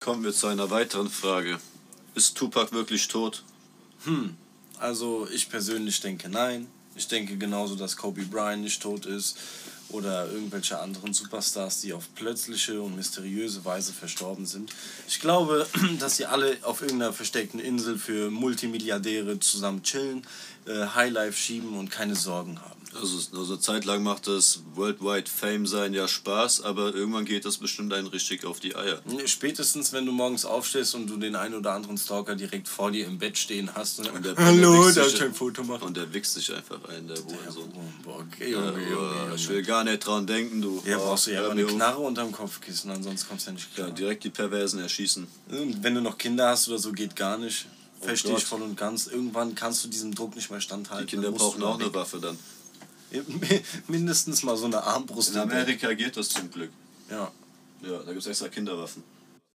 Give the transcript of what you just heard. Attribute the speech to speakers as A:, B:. A: Kommen wir zu einer weiteren Frage. Ist Tupac wirklich tot?
B: Hm, also ich persönlich denke nein. Ich denke genauso, dass Kobe Bryant nicht tot ist oder irgendwelche anderen Superstars, die auf plötzliche und mysteriöse Weise verstorben sind. Ich glaube, dass sie alle auf irgendeiner versteckten Insel für Multimilliardäre zusammen chillen, äh, Highlife schieben und keine Sorgen haben.
A: Also, also zeitlang macht das Worldwide Fame sein ja Spaß, aber irgendwann geht das bestimmt einen richtig auf die Eier.
B: Spätestens, wenn du morgens aufstehst und du den einen oder anderen Stalker direkt vor dir im Bett stehen hast und,
A: Und der- und
B: Hallo,
A: der
B: darf
A: wichst
B: ich
A: sich-
B: ein Foto machen? Oh,
A: Und der wichst sich einfach ein, der Wohnsohn.
B: Boah,
A: Äh,
B: okay, Junge, Junge, Junge.
A: Ich will gar nicht dran denken, du. Oh,
B: Ja, brauchst du ja
A: Hör
B: aber eine
A: mir auf.
B: Knarre unterm Kopfkissen, ansonsten kommst du ja nicht
A: Ja,
B: klar.
A: direkt die Perversen erschießen.
B: Und Wenn du noch Kinder hast oder so, geht gar nicht. Verstehe ich
A: Oh Gott.
B: voll und ganz. Irgendwann kannst du diesem Druck nicht mehr standhalten.
A: Die Kinder
B: dann musst
A: brauchen
B: du
A: auch eine
B: weg.
A: Waffe dann.
B: Mindestens mal so eine Armbrust.
A: In Amerika geht das zum Glück.
B: Ja.
A: Ja, da gibt es extra Kinderwaffen.